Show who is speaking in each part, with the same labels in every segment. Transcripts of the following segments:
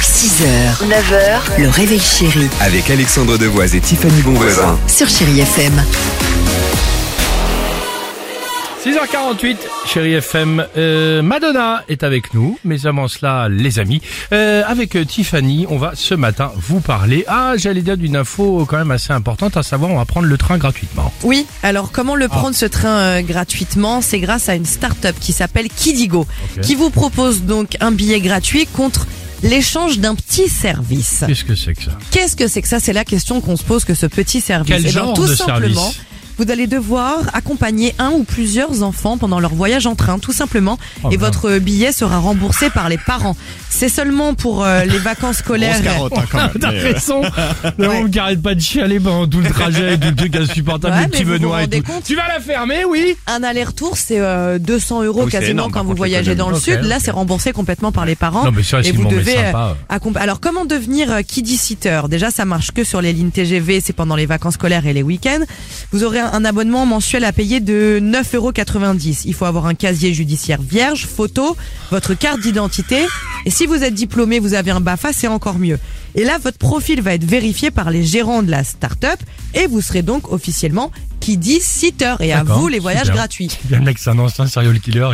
Speaker 1: 6h, 9h, le réveil chéri
Speaker 2: Avec Alexandre Devoise et Tiffany Bonvoisin.
Speaker 1: sur Chéri FM.
Speaker 3: 6h48, chérie FM, euh, Madonna est avec nous, mais avant cela, les amis, euh, avec euh, Tiffany, on va ce matin vous parler, ah j'allais dire d'une info quand même assez importante, à savoir on va prendre le train gratuitement.
Speaker 4: Oui, alors comment le prendre ce train euh, gratuitement C'est grâce à une start-up qui s'appelle Kidigo,
Speaker 3: Ok.
Speaker 4: qui vous propose donc un billet gratuit contre l'échange d'un petit service.
Speaker 3: Qu'est-ce que c'est que ça
Speaker 4: Qu'est-ce que c'est que ça C'est la question qu'on se pose que ce petit service.
Speaker 3: Quel
Speaker 4: Eh ben,
Speaker 3: genre
Speaker 4: tout
Speaker 3: de
Speaker 4: simplement,
Speaker 3: service
Speaker 4: vous allez devoir accompagner un ou plusieurs enfants pendant leur voyage en train, tout simplement,
Speaker 3: Oh,
Speaker 4: et
Speaker 3: merde.
Speaker 4: votre billet sera remboursé par les parents. C'est seulement pour euh, les vacances scolaires.
Speaker 3: T'as raison Mais
Speaker 4: Ouais.
Speaker 3: on ne arrête pas de chialer pendant tout le trajet, tout le truc insupportable,
Speaker 4: Ouais,
Speaker 3: le
Speaker 4: mais
Speaker 3: petit
Speaker 4: vous vous
Speaker 3: Benoît et
Speaker 4: rendez
Speaker 3: tout.
Speaker 4: compte
Speaker 3: Tu vas la fermer, oui
Speaker 4: un aller-retour, c'est euh, 200 euros
Speaker 2: Oui, c'est
Speaker 4: quasiment
Speaker 2: énorme,
Speaker 4: quand
Speaker 2: par
Speaker 4: vous
Speaker 2: contre,
Speaker 4: voyagez dans le
Speaker 3: l'économie.
Speaker 4: sud.
Speaker 3: Ok,
Speaker 4: Là,
Speaker 3: ok.
Speaker 4: c'est remboursé complètement par les parents.
Speaker 3: Non mais ça,
Speaker 4: et
Speaker 3: c'est
Speaker 4: vous
Speaker 3: bon, mais
Speaker 4: devez, euh,
Speaker 3: sympa.
Speaker 4: accomp- Alors, comment devenir euh, kiddie sitter Déjà, ça marche que sur les lignes TGV, c'est pendant les vacances scolaires et les week-ends. Vous aurez un- un abonnement mensuel à payer de 9,90 euros. Il faut avoir un casier judiciaire vierge, photo, votre carte d'identité. Et si vous êtes diplômé, vous avez un BAFA, c'est encore mieux. Et là, votre profil va être vérifié par les gérants de la start-up et vous serez donc officiellement kiddie sitter. Et à
Speaker 3: D'accord,
Speaker 4: vous, les voyages
Speaker 3: super.
Speaker 4: gratuits.
Speaker 3: Il y a un mec, c'est un ancien serial killer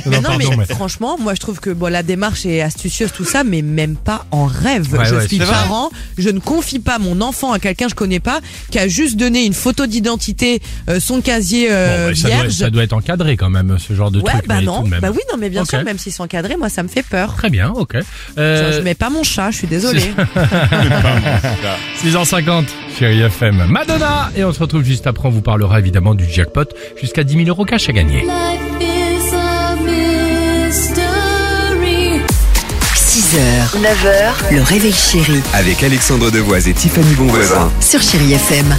Speaker 3: tout.
Speaker 4: Mais non, mais, franchement, moi je trouve que bon, la démarche est astucieuse, tout ça, mais même pas en rêve.
Speaker 3: Ouais,
Speaker 4: je
Speaker 3: ouais,
Speaker 4: suis
Speaker 3: c'est vrai.
Speaker 4: parent, je ne confie pas mon enfant à quelqu'un que je connais pas, qui a juste donné une photo d'identité, euh, son casier euh,
Speaker 3: Bon, bah, ça, doit,
Speaker 4: vierge.
Speaker 3: ça doit être encadré quand même, ce genre de
Speaker 4: ouais,
Speaker 3: truc.
Speaker 4: bah
Speaker 3: mais
Speaker 4: non,
Speaker 3: tout de même.
Speaker 4: bah oui, non, mais bien
Speaker 3: Ok.
Speaker 4: sûr, même s'ils sont encadrés, moi ça me fait peur.
Speaker 3: Très bien, ok.
Speaker 4: Genre,
Speaker 3: Euh,
Speaker 4: Je mets pas mon chat, je suis désolée.
Speaker 3: 6h50, chérie FM, Madonna Et on se retrouve juste après, on vous parlera évidemment du jackpot, jusqu'à 10 000 euros cash à gagner.
Speaker 5: Life is a mystery.
Speaker 1: 6h, 9h, le réveil chéri
Speaker 2: Avec Alexandre Devoise et Tiffany Bonvoisin.
Speaker 1: sur Chéri FM.